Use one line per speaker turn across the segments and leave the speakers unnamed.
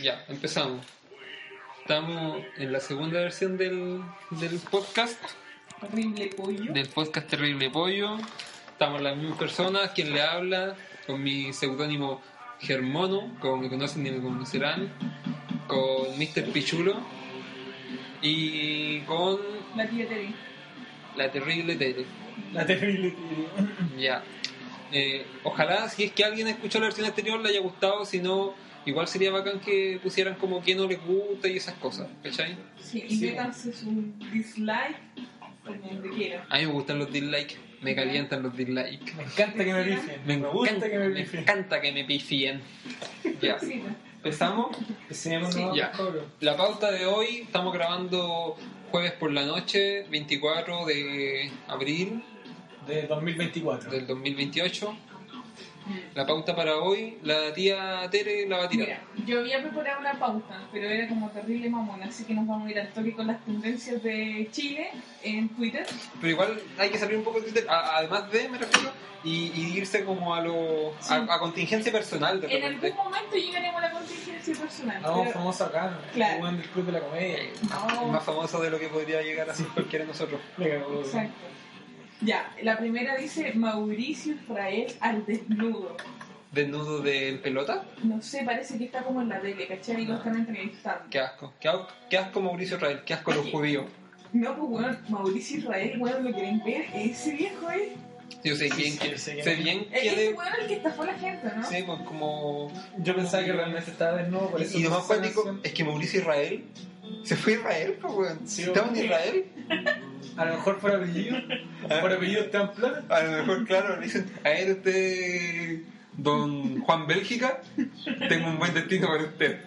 Ya, empezamos. Estamos en la segunda versión del, del podcast,
Horrible pollo.
del podcast Terrible Pollo. Estamos las mismas personas, quien le habla, con mi seudónimo Germono, como me conocen ni me conocerán, con Mr. Pichulo y con
La tía Tere.
la Terrible Tere.
La terrible tía.
Ya. Eh, ojalá, si es que alguien escuchó la versión anterior, le haya gustado. Si no, igual sería bacán que pusieran como que no les gusta y esas cosas. ¿Cachai?
Sí, y
Sí.
métanse su dislike por donde quiera.
A mí me gustan los dislikes. Me calientan los dislikes.
Me encanta que me bifen. Me, gusta que me
me
bifen.
encanta que me pifien. Ya.
Sí, pues. ¿no?
¿Empezamos?
Empecemos
Sí,
nomás,
ya.
Pablo.
La pauta de hoy, estamos grabando jueves por la noche, 24 de abril
De 2024.
del 2028. La pauta para hoy, la tía Tere la va a tirar.
Mira, yo había preparado una pauta, pero era como terrible mamona, así que nos vamos a ir al toque con las tendencias de Chile en Twitter.
Pero igual hay que salir un poco de Twitter, a- además de, me refiero, y, y irse como a lo
Sí.
a, a contingencia personal de
En
repente.
algún momento llegaremos a la contingencia personal.
Algo
pero-
famoso acá.
Claro.
Juan del Club de la Comedia.
Es
No,
Más famoso de lo que podría llegar a ser cualquiera de nosotros.
Me cagó.
exacto. Ya, la primera dice Mauricio Israel al desnudo.
Desnudo de pelota,
No sé, parece que está como en la tele, ¿cachai? Y lo están entrevistando.
qué asco. Qué, au- qué asco Mauricio Israel, qué asco los judíos.
No, pues weón, Mauricio Israel, weón, lo quieren ver, ese viejo es.
Yo sé
Sí,
bien
sí,
que
sé que
sé
no.
bien
Eh, Es
que
ese
de-
weón el que estafó a la gente, ¿no?
sí, pues como
Yo pensaba que realmente estaba desnudo. Por eso
y, y lo más
puse esa
cuático
canción.
es que Mauricio Israel se fue a Israel, pues weón.
Sí,
Estaba en
weón.
Israel.
A lo mejor por apellido.
Ah.
por apellido tan plano.
A lo mejor, claro, le dicen, a ver usted, don Juan Bélgica, tengo un buen destino para usted.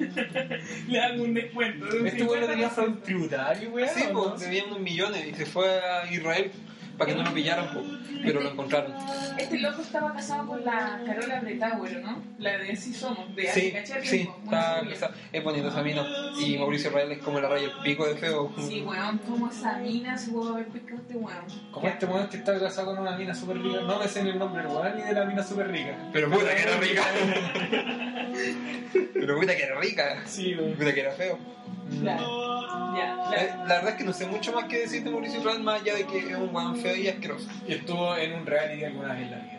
Le dan un descuento. de un
Este weón
50%.
lo tenía fraude tributario, weón.
Sí,
¿o no?
pues debían unos millones y se fue a Israel para que no lo pillaran, po, pero lo encontraron.
Este loco estaba casado con la Carola Bretaguero, ¿no? La de Así pues, Somos, de
Sí,
Cachar
sí, está, está- es bonito esa mina. Y Mauricio Israel es como la raya el pico de feo.
Sí, weón, como esa mina se pudo haber pescado este weón.
Como este weón que está casado con una mina súper rica. No me sé ni el nombre del weón ni de la mina súper rica.
Pero puta que era rica. Pero puta que era rica.
Sí, weón.
Puta que era feo.
Claro, ya,
Eh,
claro.
La verdad es que no sé mucho más que decir de Mauricio Israel, más allá de que es un weón feo y asqueroso.
Y estuvo en un reality alguna vez en la vida.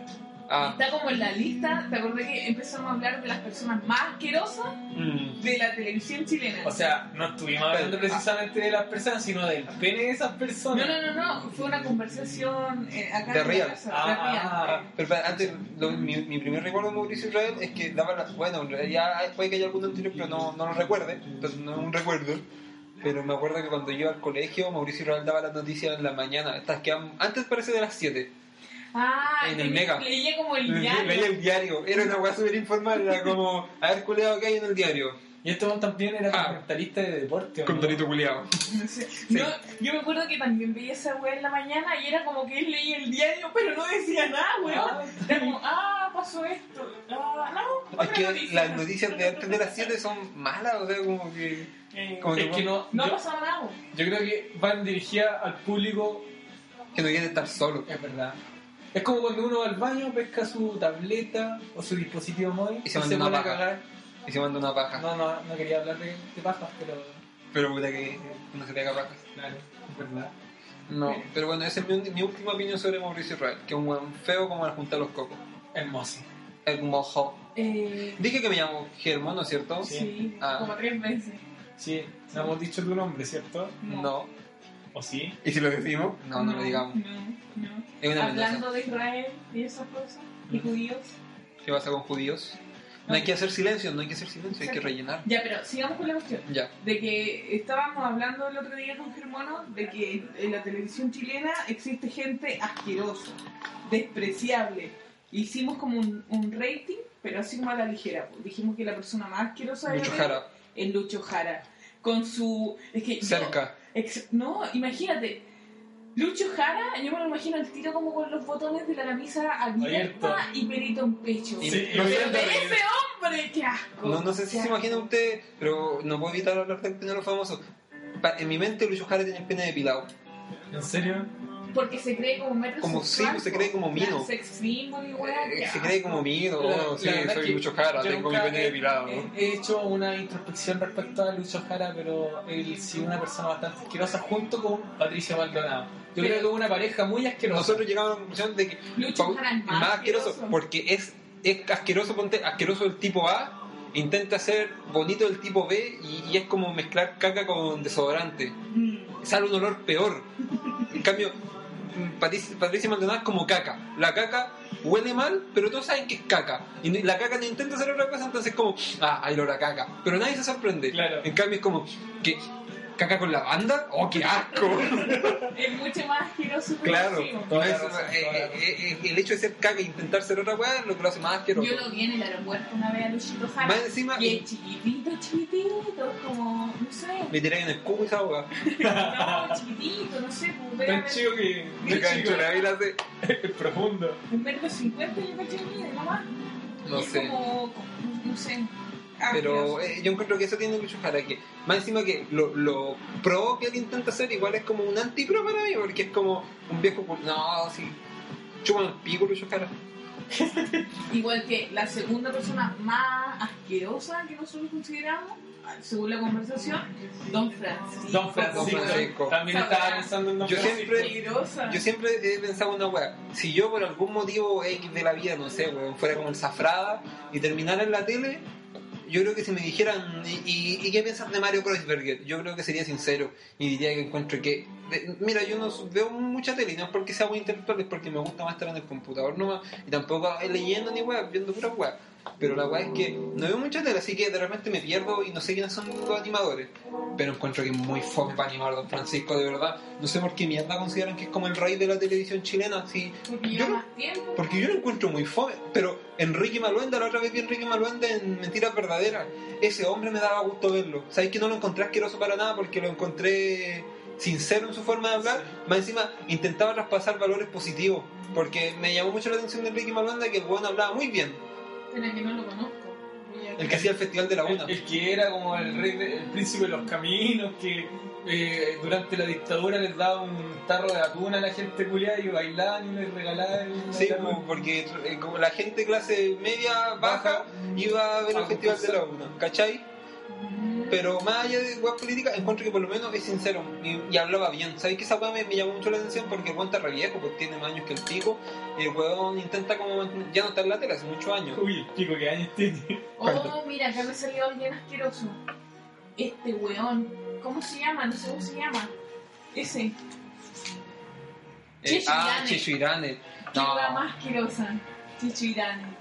Ah,
Está como en la lista, ¿te acordás que empezamos a hablar de las personas más asquerosas
mm,
de la televisión chilena?
O sea, no estuvimos
Ah.
hablando precisamente de las personas, sino del pene de esas
No,
personas.
no, no, no, fue una conversación eh, acá
De
en la
real.
casa, de
Ah,
real.
Pero espera, antes, lo- mi, mi primer recuerdo de Mauricio Israel es que daba la- Bueno, en realidad hay- puede que haya alguno anterior, pero no, no lo recuerde. Entonces, no es un recuerdo. Pero me acuerdo que cuando yo iba al colegio, Mauricio Israel daba las noticias en la mañana. Estas que am- antes parece de las 7.
Ah,
En el
le-
Mega.
Leía como el
Leía
diario.
el diario. Era una weá súper informal. Era como, a ver, culeado, ¿qué hay en el diario?
Y este hombre también era
Ah.
comentarista de deporte. ¿o no?
culeado.
No sé. No, yo me acuerdo que también veía esa weá en la mañana y era como que él leía el diario, pero no decía nada, weón.
Ah,
Era como, ah, pasó esto. Ah,
Es
no. otra
que
noticia.
las noticias de antes de las 7 son malas, o sea, como que.
Eh,
como
Es que no,
no ha
yo,
pasado nada. weón.
yo creo que van dirigidas al público,
Que no quieren estar solo.
es verdad. Es como cuando uno va al baño, pesca su tableta o su dispositivo móvil
Y se manda una
pone a
paja. Ah.
cagar.
Y se manda una paja.
No, no, no quería hablar de, de pajas, pero
Pero puta que no se te haga paja.
claro, es verdad.
No, pero bueno, esa es mi, mi última opinión sobre Mauricio Israel, que es un weón feo como al juntar los cocos.
Hermoso.
Hermoso.
Eh,
Dije que me llamo Germán, ¿no es cierto?
sí,
Ah.
como tres veces.
Sí, no hemos dicho tu nombre, ¿cierto?
No.
¿O sí?
¿Y si lo decimos? No, no, lo digamos.
No, no.
Es una amenaza.
Hablando de Israel y esas cosas, y
Mm.
judíos.
¿Qué pasa con judíos? No hay que hacer silencio, no hay que hacer silencio, hay que rellenar.
Ya, pero sigamos con la cuestión.
Ya.
de que estábamos hablando el otro día con Germano de que en la televisión chilena existe gente asquerosa, despreciable. Hicimos como un, un rating, pero así como a la ligera. pues. Dijimos que la persona más asquerosa
Mucho
era
jara.
el Lucho Jara. Con su. Es que yo-
Cerca.
ex- no, imagínate. Lucho Jara, yo me lo imagino el tiro como con los botones de la camisa abierta
Abierto.
y pelito en pecho.
Y-
Sí,
no,
y-
Pero de ese hombre, qué asco.
No, no sé si
Qué
se
asco.
imagina usted, pero no puedo evitar hablar del pene de los famosos. Pa- en mi mente, Lucho Jara tenía el pene depilado.
¿En serio?
Porque se cree como metro
Como
sexual,
sí, se cree como mino.
Sex symbol y weá,
Eh,
qué
se cree como mío,
La- la
oh, sí,
verdad
soy
que
mucho cara,
yo
tengo mi
nunca
pene
he- eh,
depilado.
He,
¿no?
he hecho una introspección respecto a Lucho Jara, pero él sí una persona bastante asquerosa junto con Patricia Maldonado. Yo
Pero-
creo que es una pareja muy asquerosa.
Nosotros llegamos a la conclusión de que
Lucho
Paul
Jara es más asqueroso.
porque es, es asqueroso, ponte asqueroso el tipo A, intenta ser bonito el tipo B y, y es como mezclar caca con desodorante.
Mm.
Sale un olor peor. En cambio, mm, Patric- Patricia Maldonado es como caca. La caca huele mal, pero todos saben que es caca. Y no- la caca no intenta hacer otra cosa, entonces es como, ah, hay olor a caca. Pero nadie se sorprende.
Claro.
En cambio es como, que ¿Caca con lavanda? ¡Oh, qué asco!
Es mucho más asqueroso que
Claro,
el chivo.
Toda la
Eso,
razón,
eh,
toda la
eh, eh, el hecho de ser caca e intentar ser otra weá es lo que lo hace más asqueroso.
Yo lo vi en el aeropuerto una vez a Luchito Jara.
Más encima,
Y es chiquitito, chiquitito, como, no sé,
me tiré en el cubo esa weá.
no, chiquitito, no sé, como un
Tan
metro-
chico que.
Me cancho la vida hace.
Es profundo.
un metro cincuenta yo cacho que mide, nomás.
No
Y es
sé.
Como, no sé.
Pero
asqueroso.
eh, yo encuentro que eso tiene mucho para que. Más encima que lo, lo pro que él intenta hacer, igual es como un antipro para mí, porque es como un viejo. cul- No, sí. Chupan el pico, Lucho Jara.
Igual que la segunda persona más asquerosa que nosotros consideramos, según la conversación, Don Francisco.
Don Francisco.
Don Francisco.
También estaba pensando en Don
Yo
Francisco.
siempre-
Asquerosa.
Yo siempre he pensado una weá. Si yo por algún motivo X de la vida, no sé, weón, fuera como el Zafrada y terminara en la tele, yo creo que si me dijeran, ¿y, y- y qué piensas de Mario Kreuzberger? Yo creo que sería sincero y diría que encuentro que. de- mira, yo no su- veo mucha tele, y no es porque sea muy intelectual, es porque me gusta más estar en el computador nomás y tampoco leyendo ni weá, viendo pura weá. Pero la weá es que no veo mucha tele, así que de repente me pierdo y no sé quiénes son los animadores. Pero encuentro que es muy fome para animar Don Francisco, de verdad. No sé por qué mierda consideran que es como el rey de la televisión chilena, así.
Porque lleva más tiempo.
Porque yo lo encuentro muy fome. Pero Enrique Maluenda, la otra vez vi a Enrique Maluenda en Mentiras Verdaderas. Ese hombre me daba gusto verlo. Sabéis que no lo encontré asqueroso para nada porque lo encontré sincero en su forma de hablar. Más encima intentaba traspasar valores positivos. Porque me llamó mucho la atención de Enrique Maluenda que el weón hablaba muy bien.
Pero que no lo conozco. Voy a-
El que hacía el Festival de la Una.
El, el que era como el rey, de- el príncipe de los caminos, que eh, durante la dictadura les daba un tarro de atún a la gente culiada y bailaban y les regalaban. el-
Sí,
la-
po, porque eh, como la gente clase media, baja, iba a ver el
A
Festival de la
concursar.
Una, ¿cachai?
Mm.
Pero más allá de weas políticas, encuentro que por lo menos es sincero y, y hablaba bien. ¿Sabéis que esa wea me, me llamó mucho la atención? Porque el weón está re viejo, porque tiene más años que el pico, y el weón intenta como mantener- ya no está en la tele hace muchos años.
Uy, el chico, ¿qué años tiene?
Oh, mira, acá me salió alguien asqueroso. Este weón. ¿Cómo se llama? No sé cómo se llama. Ese.
Eh, ah,
Chichirane.
Chicho Irane.
¿Qué
No.
weá más asquerosa? Chicho Irán.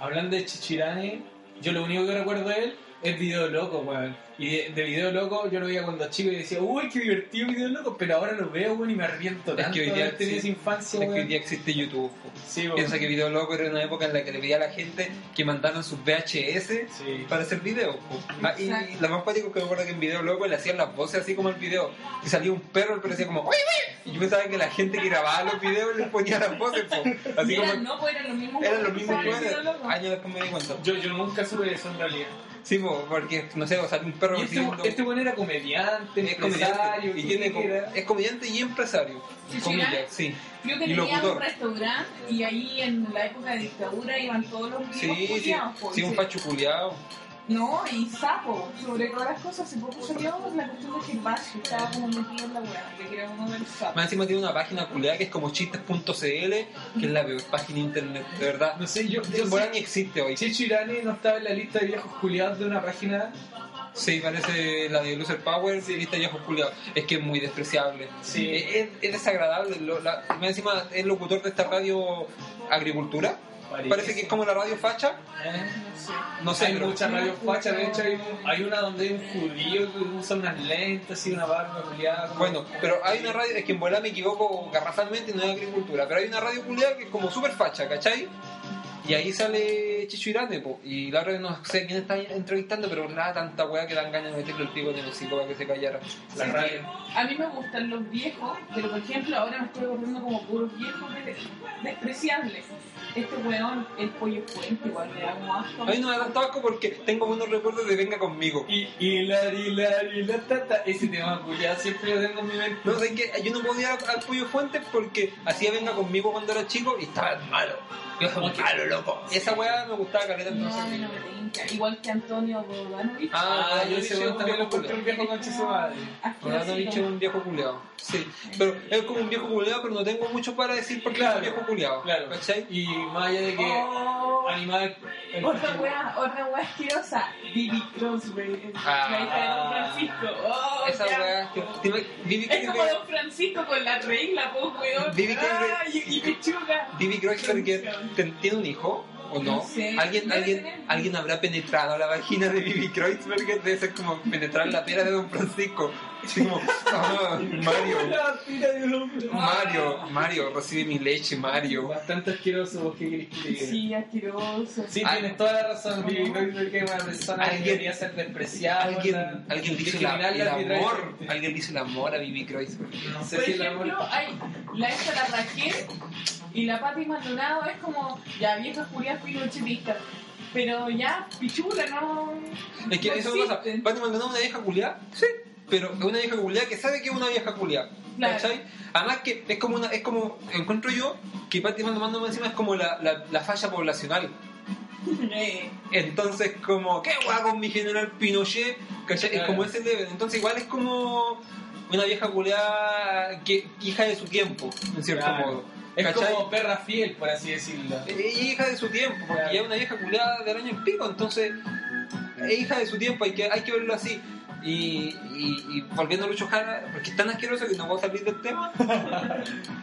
Hablando de Chichirane, yo lo único que recuerdo de él es Video Loco, weón. Y de, de Video Loco yo lo veía cuando chico y decía, uy, qué divertido Video Loco, pero ahora lo veo, weón, y me arrepiento
Es que
tanto
hoy
de
día
haber tenido
sí.
esa infancia,
Es que hoy
weón.
día existe YouTube. po.
Sí, weón.
Piensa que Video Loco era una época en la que le pedía a la gente que mandaran sus VHS
Sí.
para hacer videos. po. Ah, y
Exacto.
lo más cuático es que me acuerdo que en video loco le hacían las voces así como el video. Y salía un perro y parecía como ¡Oye, oye! Y yo pensaba que la gente que grababa los videos les ponía las voces. po. Así
Eran,
como
no, pues eran los mismos
eran los
que pues.
mismos
estaban
jugadores.
haciendo loco.
Años después me di cuenta.
Yo, yo nunca supe eso en realidad.
Sí, po, porque no sé, o sale un perro
Y este,
haciendo-
este weón era comediante,
es comediante,
empresario,
y tiene como-
era-
es comediante y empresario.
¿Sí,
Comillas, sí.
Creo que
Y
tenía
locutor.
un restaurante y ahí en la época de dictadura iban todos los mismos
Sí, sí,
culiados, po,
sí, un
sí.
facho culiao.
No, y sapo, sobre todas las cosas. Hace poco salió la cuestión de Gervasio, estaba como metido en la weá, que era uno de los sapos.
Más encima tiene una página culiada que es como chistes.cl, que es la peor página de internet, de verdad.
No sé, yo, yo
Por ahí ni existe hoy.
Chicho Irani no estaba en la lista de viejos culiados de una página.
Sí, parece la de Loser Power, sí. vista ya culiado. Es que es muy despreciable. Eh,
Sí.
Es, es desagradable. Lo- la- más encima es locutor de esta radio Agricultura. Parece que es como la radio facha.
¿Eh?
No sé.
No sé,
hay
pero-
muchas radios fachas, de hecho hay, un- hay una donde hay un judío que usa unas lentas y una barba culiada. como-
Bueno, pero hay una radio, es que en Vuela me equivoco garrafalmente, no es agricultura, pero hay una radio culiada que es como super facha, ¿cachai? Y ahí sale de Chichirane, po. Y la verdad que no sé quién está entrevistando, pero nada, tanta weá que dan ganas de meterle el pico en el hocico para que se callara.
La
Sí,
radio.
A mí me gustan los viejos, pero por ejemplo ahora me estoy volviendo como puros viejos de- despreciables. Este weón, el pollo fuente, igual me da como asco.
A mí no me da tanto asco porque tengo buenos recuerdos de Venga Conmigo.
Y, y la, y la, y la, ta, ta. Ese tema, culiado, siempre lo tengo en mi mente.
No sé qué, yo no podía al, al Pollo Fuentes porque hacía Venga Conmigo cuando era chico y estaba malo. Yo soy
Ok.
malo, loco. Esa weá me gustaba caleta
No,
entonces.
a mí no me tinca. Igual que Antonio Bodanovich.
Ah,
Ah,
ese
yo ese weón
weón
también lo
culiao.
encuentro un viejo concha de su madre.
Ahora no he dicho un viejo culeado. Sí, pero es como un viejo culeado, pero no tengo mucho para decir porque
Claro,
es un viejo culeado.
Claro.
¿Cachai?
Y más allá de que
Oh,
animal...
otra weá, otra weá asquerosa. Bibi Crosby, el-
Ah.
la hija de Don Francisco. Oh,
Esa
qué
weá.
asco.
te ima- Vivi
Es como
Krieger-
Don Francisco con la regla, pues weón.
Bibi Crosby.
Ah, y, y pechuga.
Vivi Kreuzberger ten- tiene un hijo. ¿O no?
No sé.
¿Alguien,
Debe
alguien,
tener.
¿Alguien habrá penetrado la vagina de Vivi Kreuzberger? Debe ser como penetrar la pera de Don Francisco. Así como, ah, Mario,
La tira de un hombre.
Mario, Mario, recibe mi leche, Mario.
Bastante asqueroso, ¿vos qué querés que te diga?
Sí, asqueroso.
Sí,
Ah.
tienes toda la razón, Vivi Goldberg que es una persona que
Alguien-
debería ser despreciada.
Alguien,
¿verdad?
alguien le hizo la-
Discriminarla
el amor.
arbitrariamente.
Alguien le hizo el amor a Vivi Kreuzberger.
No sé
Por
si el amor.
ejemplo, hay la esta, la Raquel y la Pati Maldonado es como ya viejas Julián pilochetistas. Pero ya, pichula, no.
Es que
no
eso pasa.
existen.
Pati Maldonado es una vieja culiá, sí, pero es una vieja culiá que sabe que es una vieja culiá.
Claro.
¿Cachai? Además que es como una, es como, encuentro yo que Pati Maldonado más encima es como la, la, la falla poblacional.
Eh,
Entonces como, ¿qué guapo con mi general Pinochet? ¿Cachai? Es
Claro.
como ese level. Entonces igual es como una vieja culiá que hija de su tiempo, en cierto
Claro.
modo.
Es
¿Cachai?
como perra fiel, por así decirlo.
es hija de su tiempo, porque
Claro.
ya es una vieja culiada del año en pico, entonces es hija de su tiempo, hay que, hay que verlo así. Y, y, y volviendo a Lucho Jara, porque es tan asqueroso que no puedo salir del tema.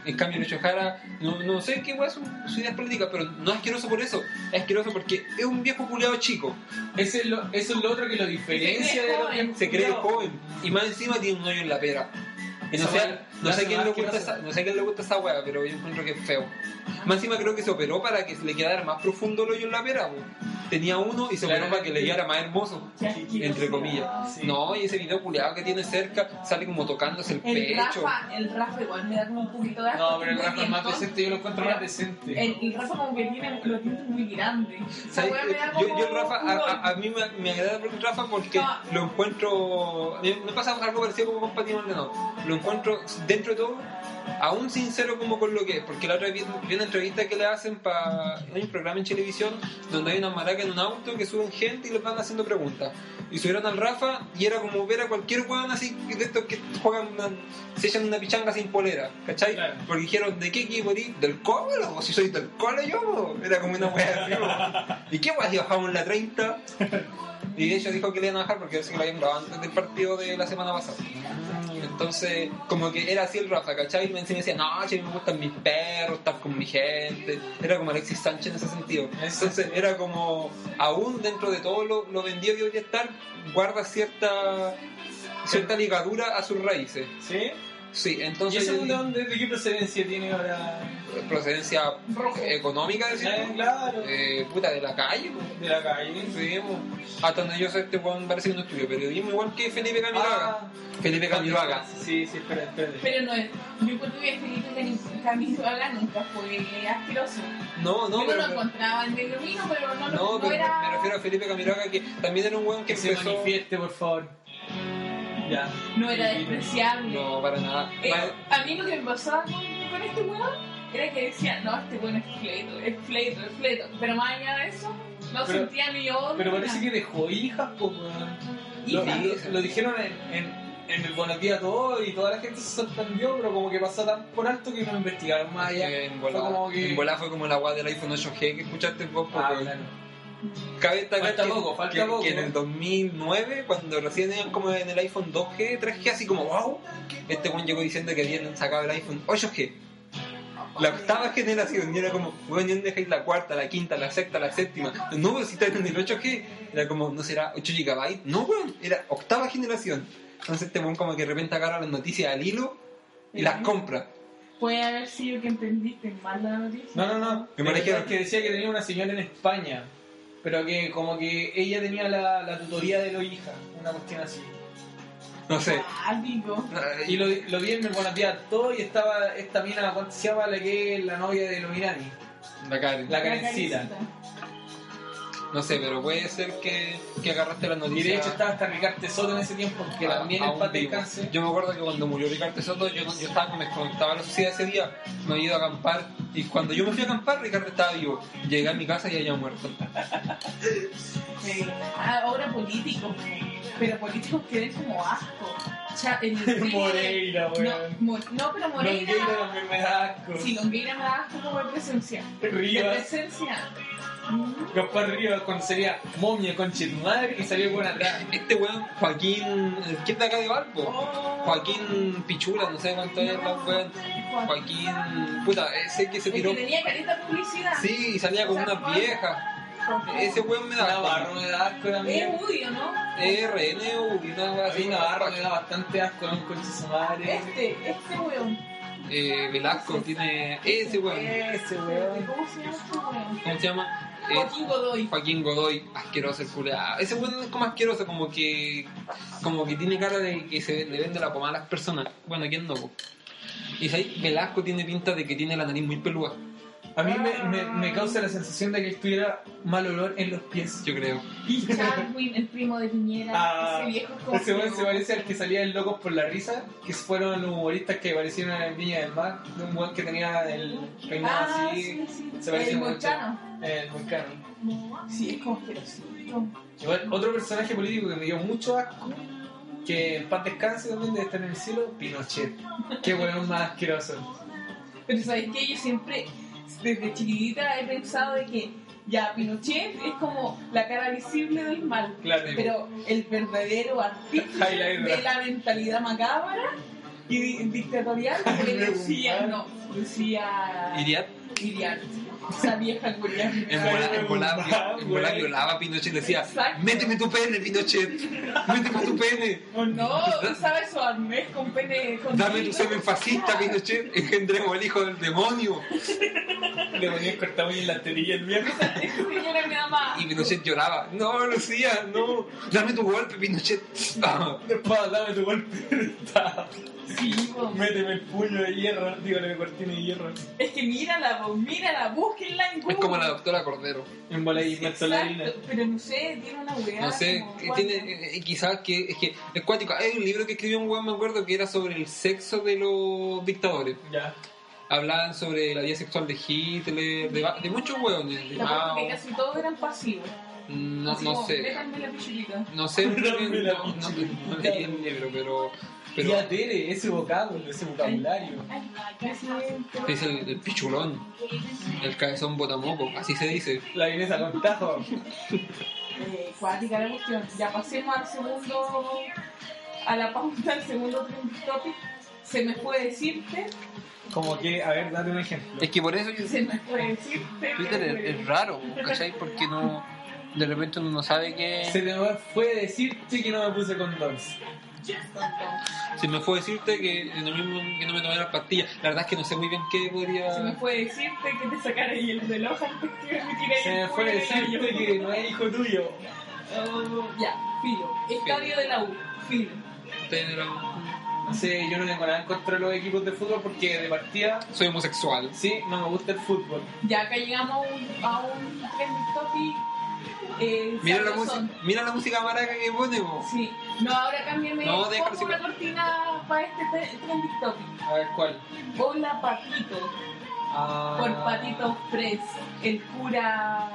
en cambio, Lucho Jara, no, no sé qué es su, su idea política, pero no es asqueroso por eso, es asqueroso porque es un viejo culiado chico,
Ese es lo, eso es lo otro que lo diferencia
Se
de
cree
los
joven.
viejos
se cree
culiados.
joven y más encima tiene un hoyo en la pera. Y no
Esa
sé,
weá
no
la hace
sé quién
más
le gusta
asquerosa.
esa, no sé quién le gusta esa weá, pero yo encuentro que es feo. Más encima creo que se operó para que se le quedara más profundo el hoyo en la pera, po. Tenía uno y se operó
Claro.
para que le quedara más hermoso.
qué asqueroso.
Entre comillas.
Sí.
No, y ese video culeado que tiene cerca sale como tocándose el,
El
pecho.
Rafa, el Rafa igual me da como un poquito de asco.
No, pero el
como
Rafa es más
dientón.
decente, yo lo encuentro más
Pero
decente.
El, el Rafa como que tiene los dientes muy grandes. O sea,
¿Sabes?
weón, me da
Yo,
como
yo el Rafa, a,
pudor.
a- a mí me, me agrada el Rafa porque
Ah.
lo encuentro. Me, me pasa algo parecido como con Pati Maldonado. Lo encuentro dentro de todo, aún sincero como con lo que es. Porque la otra vez vi, vi una entrevista que le hacen para. Hay un programa en televisión donde hay una maraca en un auto que suben gente y les van haciendo preguntas. Y subieron al Rafa y era como ver a cualquier weón así de estos que juegan. una- se echan una pichanga sin polera, ¿cachai?
Claro.
Porque dijeron, ¿de qué equipo eres? ¿Del Colo? loco? Si soy del Colo yo, po. era como una wea así, po. ¿Y qué wea si bajamos la 30? Y de hecho dijo que le iban a bajar porque parece que lo habían grabado antes del partido de la semana pasada. Entonces, como que era así el Rafa, ¿cachai? Y me encima decía, no, che, me gustan mis perros, estar con mi gente. Era como Alexis Sánchez en ese sentido. Entonces, era como, aún dentro de todo lo, lo vendido que debería estar, guarda cierta, cierta ligadura a sus raíces.
¿Sí?
Sí,
¿Y
entonces.
ese weón de de qué procedencia tiene ahora?
procedencia económica, decimos.
Eh, Claro,
Eh, puta, de la calle, po.
de la calle.
Sí, po. Hasta donde yo sé, este weón parece que no estudió periodismo, igual que Felipe Camiloaga.
Ah,
Felipe Camiloaga.
Sí, sí, espera, espera.
Pero no es. Yo este cuando vi a Felipe Camilo Haga nunca fue asqueroso.
No, no,
yo
pero.
lo encontraba en medio mío, pero no,
No,
no,
pero
era...
me refiero a Felipe Camiloaga, que también era un weón que
Que se
empezó.
manifieste, por favor. Ya.
no era despreciable.
No, para nada.
Eh,
Vale.
a mí lo que me pasaba con, con este weón era que decía, no, este weón es fleto, es fleto, es fleto. Pero más allá de eso, no
Pero-
sentía ni odio.
Pero
ni
parece
nada.
que dejó hijas, pues, weón. Lo,
Hija.
y-
lo- lo dijeron en, en- en el Buenos Días a Todos y toda la gente se sorprendió, pero como que pasó tan por alto que no investigaron más allá.
En volada,
Fue como que-
en volada fue como la guada del iPhone 8G que escuchaste vos, porque
Ah, claro.
cabe destacar
Falta
que-
poco, falta
que-
poco.
que en el 2009, cuando recién eran como en el iPhone 2G, 3G, así como wow, este weón llegó diciendo que habían sacado el iPhone 8G. La octava generación, y era como, weón, ¿y dónde dejáis la cuarta, la quinta, la sexta, la séptima? No, pero si está en el 8G, era como, ¿no será 8 GB? No, weón, era octava generación. Entonces este weón como que de repente agarra las noticias al hilo y las compra.
Puede haber sido que entendiste mal la noticia.
No, Eh, no, no.
Me manejaron.
que decía que tenía una señora en España pero que como que ella tenía la, la tutoría de lo hija, una cuestión así.
No sé.
Ah, digo.
Y lo, lo vi en el Buenos Días a Todos y estaba esta mina, ¿cuánto se llama? La que es la novia de Lomirani.
La Karen.
La Karencita.
Karencita.
No sé, pero puede ser que, que agarraste la
Y
noticia.
de hecho estaba hasta Ricardo Soto en ese tiempo, que
a-
también
aún
el paz
vivo.
descanse.
Yo me acuerdo que cuando murió Ricardo Soto, yo, no- yo estaba con- desconectado a la sociedad ese día, me había ido a acampar, y cuando yo me fui a acampar, Ricardo estaba vivo. Llegué a mi casa y había muerto.
Sí. Ah, ahora políticos. Pero políticos que den como asco. Cha- el Piñera-
Moreira,
no,
weón.
Mo- no, pero Moreira.
Longueira también me da asco.
Si Longueira me da asco como de presencia. De
Rivas.
presencia.
Gaspar Rivas cuando sería momia conche tu madre y salió por atrás.
Este weón, Joaquín, ¿quién de acá de Valpo?
Oh.
Joaquín Pichula, no sé cuánto es la weón. Joaquín, puta, ese que se
El que
tiró.
tenía carita publicidad.
Sí, y salía con unas viejas. Ese weón Eh. me da.
Navarro me da asco también.
Es Udio, ¿no?
RNU y una weá
A
así.
mí Navarro me da bastante asco en un coche su madre.
Este, este weón.
Eh, Velasco tiene. Ese weón.
Ese
¿Cómo se llama este weón?
¿Cómo se llama? Eh,
Joaquín Godoy.
Joaquín Godoy, asqueroso el culeado. Ese weón es como asqueroso, como que. Como que tiene cara de que se le vende la pomada a las personas. Bueno, ¿quién no? po? Y ahí Velasco tiene pinta de que tiene la nariz muy peluda,
A mí me, me,
Ah.
me causa la sensación de que estuviera mal olor en los pies.
yo creo.
Chadwin, el primo de Piñera.
Ah,
ese viejo es como
Ese weón se
feo.
parece al que salía en Locos por la Risa, que fueron los humoristas que aparecieron en Viña del Mar, de un weón que tenía el peinado
Ah,
así,
sí, sí.
se parece
el
mucho.
Mochano.
el volcán.
Sí, es como asquerosito.
Igual, otro personaje político que me dio mucho asco, que en paz descanse también debe estar en el cielo, Pinochet. Qué weón más asqueroso.
Pero sabéis que yo siempre, desde chiquitita, he pensado de que ya Pinochet es como la cara visible del mal.
Claro,
Pero el verdadero artista
Highlight,
de la mentalidad macabra y di- dictatorial que
Highlight,
Lucía,
man.
no, Lucía
Iría
Iriar. Esa vieja culia.
en volar, en volar,
Ah,
en volar
weón.
violaba a Pinochet y decía:
Exacto.
Méteme tu pene, Pinochet, méteme tu pene,
O no, ¿sabes? Su arnés con pene. Con
dame tu
dildo.
semen fascista, Pinochet, engendremos al hijo del demonio.
le ponía el cortamuño en la terilla el viejo.
Esa señora me da más.
Y Pinochet lloraba: No, Lucía, no, dame tu golpe, Pinochet.
Después dame tu golpe de estado.
Sí, po.
Méteme el puño de hierro, digo, la cortina de hierro.
Es que mírala, po, mírala, búsquenla en Google.
Es como la doctora Cordero.
En bola y
Exacto,
mezolarina.
Pero no sé, tiene una weá.
No sé,
como,
que
¿cuál?
tiene, eh, eh, quizás que es que es cuático. Hay un libro que escribió un weón, me acuerdo, que era sobre el sexo de los dictadores.
Ya.
Hablaban sobre la vida sexual de Hitler, de, va- de muchos weones. De
La
Mao.
porque casi todos eran pasivos.
Ah, oh. No,
Así
no
como,
sé.
"Métanme la pichulita".
No sé, no, no,
Dame la
no-
pichulita.
no leí el libro, pero. pero
Tía Tere, ese vocablo, ese vocabulario.
Me siento-
es el, el pichulón, el cabezón botamoco, así se dice.
La vienesa con tajo.
Eh, cuática la cuestión. Ya pasemos al segundo. A la pauta, al segundo trending topic. Se me puede decirte.
Como que, a ver, date un ejemplo.
Es que por eso yo-
Se me puede decirte.
Twitter es, es raro, ¿cachai? Porque no. De repente uno no sabe qué.
Se te fue decirte que no me puse condones.
Se me fue decirte que lo mismo que no me tomé las pastillas. La verdad es que no sé muy bien qué podría.
Se me puede decirte que te sacara ahí el reloj antes que me tirara
Se
el
me fue
culo del avión.
decirte que no es hijo tuyo.
Oh, ya, filo. Estadio de la U, filo.
Ustedes eran-
No sé, yo no tengo nada en contra de los equipos de fútbol porque de partida,
Soy homosexual.
sí, no me gusta el fútbol.
Ya acá llegamos a un, a un trending topic. eh,
Mira la,
sabrosón.
música- mira la música maraca que pone, po.
Sí. No, ahora cámbiame
No,
ponme
déjalo, sí,
una
no.
cortina para este tre- trending topic.
A ver cuál.
Hola Patito,
Ah,
por Patito Press, el cura...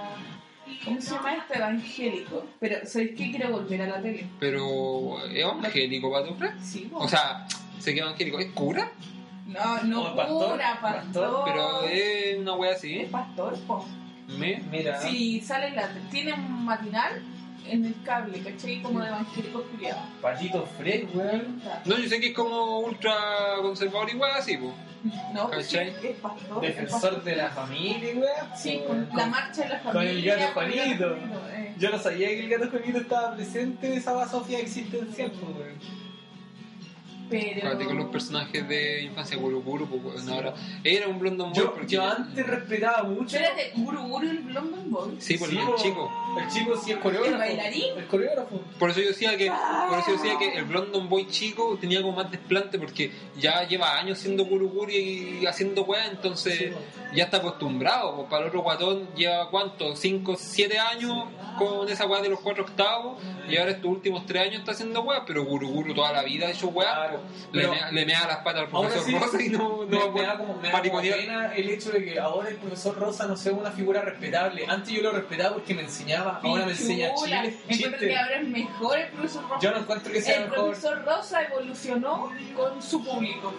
¿Cómo se llama este evangélico? Pero, ¿sabéis qué? Quiero volver a la tele.
Pero eh, es evangélico, Pato Fran.
Sí, vos.
O sea, sé que evangélico es cura,
no, no,
¿O pastor?
cura, pastor.
Pastor,
pero es una wea
Es
así. ¿eh?
pastor, po.
Me.
Mira,
Sí, sale en la tiene un matinal en el cable, ¿cachai? Como de evangélico culiado.
Patito Fred, weón.
No, yo sé que es como ultra conservador y wea así, po.
No, pues sí,
¿Cachai?
es pastor. es
Defensor
pastor.
de la familia, weón.
Sí, con la marcha de la familia.
el gato
con el gato
Juanito.
Juanito, eh.
Yo no sabía que el gato Juanito estaba presente en esa basofia existencial, pues, weón.
Pero.
Fíjate con los personajes de infancia Guru Guru, po, weón. Ahora, era un blondo muy
Yo, yo antes respetaba mucho.
Espérate, Guru Guru el Blondon Boy.
Sí, por
Sí,
el
po.
chico.
El chico sí es coreógrafo.
¿El bailarín?
El coreógrafo.
Por eso yo decía que, por eso yo decía que el
Ah.
Blondon Boy chico tenía como más desplante porque ya lleva años siendo curuguri y haciendo weá, entonces
Sí.
ya está acostumbrado. po. Para el otro guatón lleva cuánto, 5, 7 años con esa weá de los cuatro octavos y ahora estos últimos 3 años está haciendo weá, pero guruguru toda la vida ha hecho weá.
Claro.
po. Le,
Pero-
mea, le mea las patas al
Aún
profesor
así,
Rosa y no,
me,
no
me da como, me da como
mariconear.
pena el hecho de que ahora el profesor Rosa no sea una figura respetable. Antes yo lo respetaba porque me enseñaba, ahora me enseña
Pichula.
chiles,
Encuentro que
chistes.
ahora es mejor el profesor Rosa.
Yo no encuentro que sea
el
mejor.
profesor Rosa evolucionó con su público.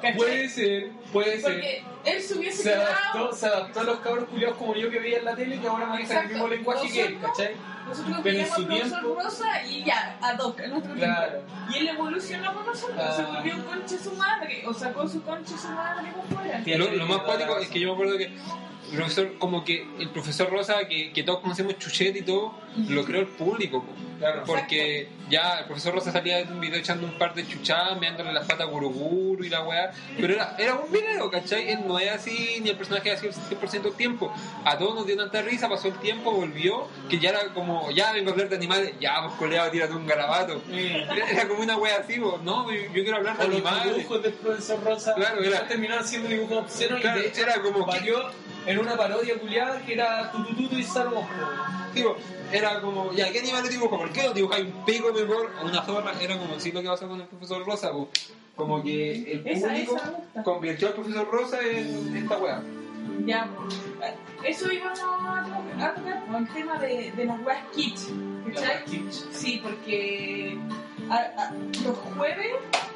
¿cachai?
Puede ser, puede ser.
Porque él se hubiese
Se adaptó,
quedado.
se adaptó a los cabros culiados como yo que veía en la tele que ahora manejan el
Exacto.
mismo lenguaje que él,
Nosotros-
¿cachai?
Nosotros
pero en
queríamos al
su
profesor
tiempo-
Rosa y ya, adopta nuestro
Claro.
tiempo. Y él evolucionó con nosotros,
Ah.
se volvió un conche su madre, o sacó su conche su madre por fuera.
Tía,
Lo,
tiene
lo más
toda la
cuático
razón.
es que yo me acuerdo que el profesor, como que el profesor Rosa, que, que todos conocemos Chuchet y todo, lo creó el público. po.
Claro.
Porque ya el profesor Rosa salía de un video echando un par de chuchadas, meándole las patas a guruguru y la weá. Pero era, era un video, ¿cachai? Él no es así, ni el personaje así el 100% del tiempo. A todos nos dio tanta risa, pasó el tiempo, volvió, que ya era como, ya vengo a hablar de animales, ya vos coleado, tírate un garabato.
Eh,
Era, era como una weá así, vos, no, yo, yo quiero hablar de
O los
animales.
dibujos del profesor Rosa
Claro, era-
ya terminaron siendo dibujos obscenos
Claro,
y de hecho
era como que-
varió en una parodia culiada que era Tutututu y Salomón.
Tipo, era como, ya, ¿qué animal le dibujo? ¿Por qué no dibujáis un pico mejor a una zorra? Era como, sí, lo que pasó con el profesor Rosa, po. como que el
Esa-
público
esa me gusta.
convirtió al profesor Rosa en esta weá.
Ya, eso íbamos a to- a tocar con el tema de, de las weas kits, ¿cachai? Sí, porque a- a- los jueves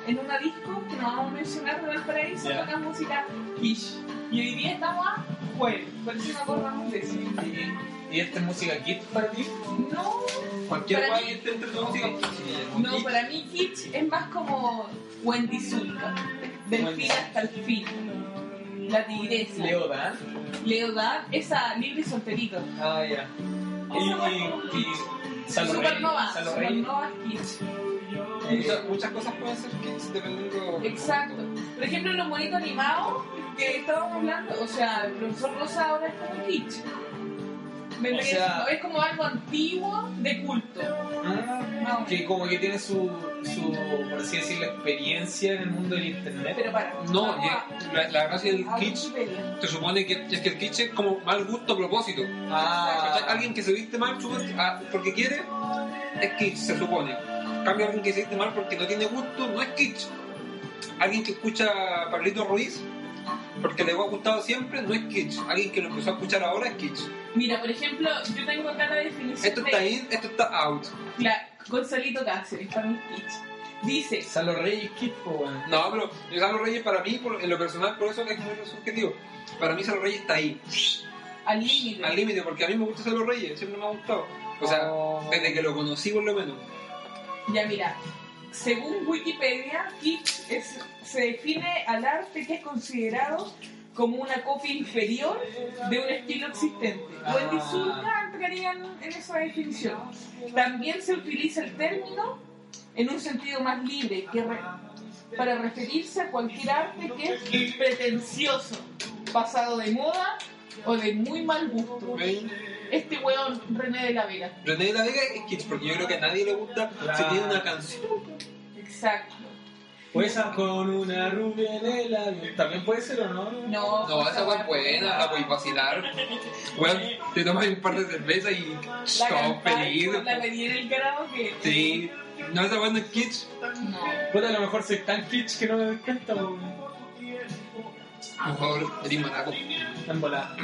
en una disco que no vamos a mencionar de Valparaíso
Ya.
tocan música quiche. Y hoy día estamos a jueves, por eso no acordamos de eso.
¿Y esta es música kit para ti?
No,
Cualquier
Para
weá
mí-
que esté entre los músicos.
no, para mí kitsch es más como Wendy Zulka, del
Wendy.
fin hasta el fin. La tigresa, Leo,
Leo Dan.
Dan, esa libre y solterito.
Ah, ya. Y, y, y Salo Rey.
Supernova,
Salo Rey.
Supernova es kitsch.
Muchas, muchas cosas pueden ser kits dependiendo.
Exacto. Por ejemplo, los monitos animados que estábamos hablando, o sea, el profesor Rosa ahora es como kitsch. ¿Me
O
entiendes?
sea-
es como algo antiguo de culto. Más o
Ah,
menos.
Que como que tiene su, su, por así decirlo, experiencia en el mundo del internet.
Pero para.
No,
vamos a- Ah.
y la, la gracia del
a
kitsch
Wikipedia.
se supone que es que el kitsch es como mal gusto a propósito. ¿Cachai?
Ah,
Alguien que se viste mal chupa, ah, porque quiere es kitsch, se supone. Cambia alguien que se viste mal porque no tiene gusto, no es kitsch. Alguien que escucha a Pablito Ruiz porque le ha gustado siempre, no es kitsch. Alguien que lo empezó a escuchar ahora es kitsch.
Mira, por ejemplo, yo tengo acá la definición
Esto
de
está in, esto está out.
la- Gonzalito Cáceres, para mí es kitsch. Dice,
Salo Rey es kit, po, weón.
No, pero yo Salo Reyes para mí, por- en lo personal, por eso es muy subjetivo. Para mí Salo Reyes está ahí,
al límite.
al límite, porque a mí me gusta Salo Reyes, siempre me ha gustado. O sea,
Oh.
desde que lo conocí por lo menos.
Ya mira, según Wikipedia, kitsch es- se define al arte que es considerado como una copia inferior de un estilo existente.
Ah.
Wendy Zulka entraría en, en esa definición. También se utiliza el término en un sentido más libre que re- para referirse a cualquier arte que es pretencioso, pasado de moda o de muy mal gusto.
¿Ven?
Este weón René de la Vega.
René de la Vega es kitsch, porque yo creo que a nadie le gusta si
Claro.
tiene una canción.
Exacto.
Pues ah, con una rubia en el labio. También puede ser o no.
No,
No, esa fue
weá
buena, la voy a vacilar. Bueno, te tomas un par de cervezas y
La
todo
cantáis,
feliz.
La pedí en el karaoke.
Sí. No, esa banda es kitsch.
No.
Puta, a lo mejor soy tan kitsch que no me doy cuenta, po, weón.
Por favor, eres manaco.
En volada.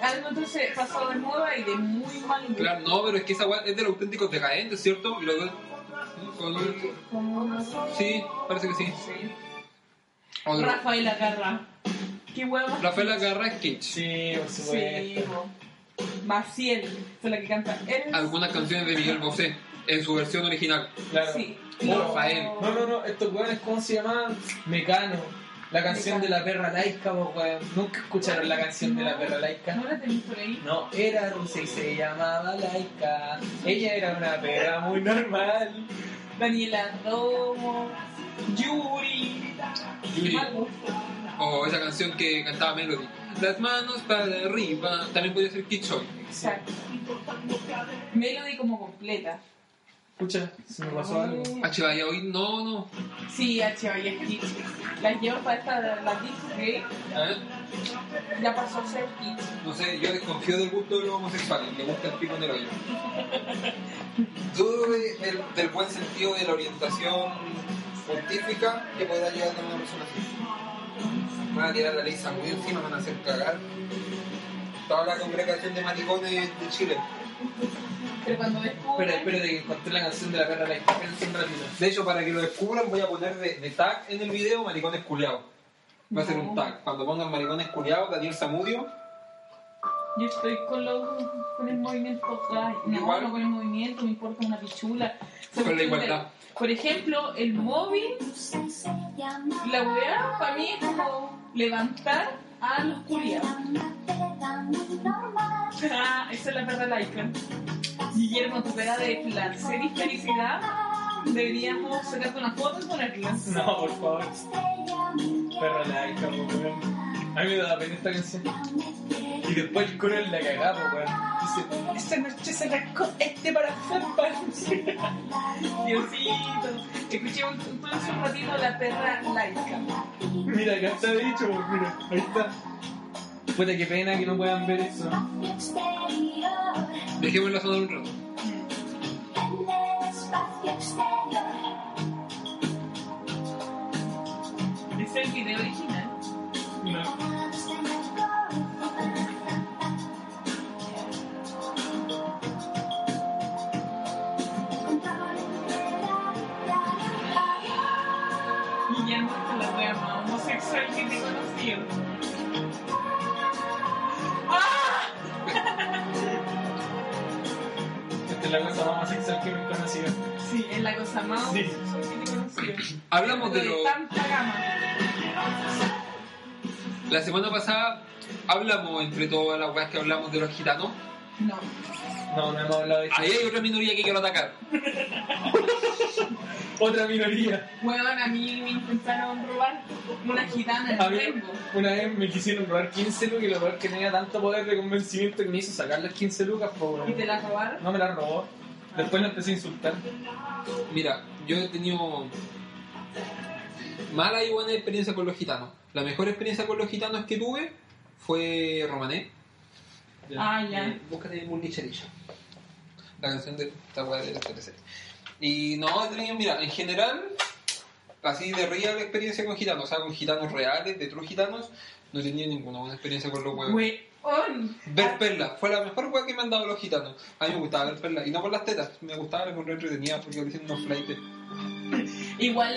Algo entonces pasado de moda y de muy mal gusto.
Claro, no, pero es que esa weá es de los auténticos decadentes, ¿cierto? Y lo veo- con-
Como-
Sí, parece que sí.
Sí.
Otro.
Rafael Acarra. Qué huevo.
Rafael Agarra es kitsch.
Sí, por
Sí,
supuesto.
bo. Maciel, fue la que canta. Eres-
Algunas canciones de Miguel Bosé en su versión original.
Claro.
Sí.
No,
Rafael.
No, no, no, estos weones, ¿cómo se llamaban? Mecano. La canción de la perra laica, po, weón. Nunca escucharon la canción de la perra laica.
¿No la tenéis por ahí?
No, era rusa y se llamaba laica. Ella era una perra muy normal.
Daniela Romo, Yuri.
Yuri.
Mal gusto.
O esa canción que cantaba Melody. Las manos para arriba. También podría ser Kitschon.
Exacto. Melody como completa.
Escucha, se me pasó algo.
H. Vaya hoy. No, no.
Sí, H, oye, es kitsch. Las llevo para esta, la disc
¿Eh?
ya pasó a ser kitsch.
No sé, yo desconfío del gusto de los homosexuales, le gusta el pico en el hoyo. Dudo de- del, del buen sentido de la orientación científica que podrá llegar a tener una persona así. Van a tirar la ley San muy encima, van a hacer cagar toda la congregación de maricones de Chile.
Pero cuando descubren...
Espera, espérate que encontré la canción de la perra la Espérense un ratito.
De hecho, para que lo descubran, voy a poner de, de tag en el video maricones culiados. Va a ser un tag. Cuando pongan maricones culiados, Daniel Zamudio,
Yo estoy con, los, con el movimiento. Ay, no,
Igual.
no con el movimiento, me importa una pichula. Se
Con la
me-
igualdad.
Por ejemplo, el móvil, la weá, para mí es como levantar a los culiados. Ah, esa es la perra laica. Guillermo, tu pera de placer y felicidad, deberíamos sacarte una foto y ponerla.
No, por favor. Perra la hija, po, weón. A mí me da pena esta canción. Y después el coro en la cagada, po, weón. Dice, esta noche se rascó este para Juanpa.
Diosito, escuché un, entonces un ratito la perra laica.
Mira, acá está dicho, po, mira, ahí está. Puta, qué pena que no puedan ver eso.
dejémosla sonar un rato.
Es el video original.
No.
Y ya no es la wea más homosexual que te he conocido. ¡Ah!
Esta es la cosa más sexual que me he conocido.
Sí, es la cosa más
Sí.
homosexual que te he conocido.
Hablamos de
Pero
lo...
tanta gama.
La semana pasada hablamos, entre todas las weas que hablamos de los gitanos,
No.
No, no hemos hablado de eso.
ahí hay otra minoría que quiero atacar.
Otra minoría.
Weón, a mí me intentaron robar una gitana
A
en
mí,
Rengo.
una vez me quisieron robar 15 lucas y lo peor que tenía tanto poder de convencimiento que me hizo sacar las 15 lucas, po,
¿Y
weón.
te la robaron?
No me las robó. Después la empecé a insultar.
Mira, yo he tenido mala y buena experiencia con los gitanos. La mejor experiencia con los gitanos que tuve fue Romané.
Ah, ya.
Eh, Búscate el Mulnicherilla. La canción de esta wea de la TLC. Y no, he tenido, mira, en general, así de real experiencia con gitanos, o sea, con gitanos reales, de true gitanos, no he tenido ninguna buena experiencia con los huevos.
Weón.
Ver perlas fue la mejor weá que me han dado los gitanos. A mí me gustaba ver perlas, y no por las tetas, me gustaba la encontré entretenida porque parecían unos flaites.
Igual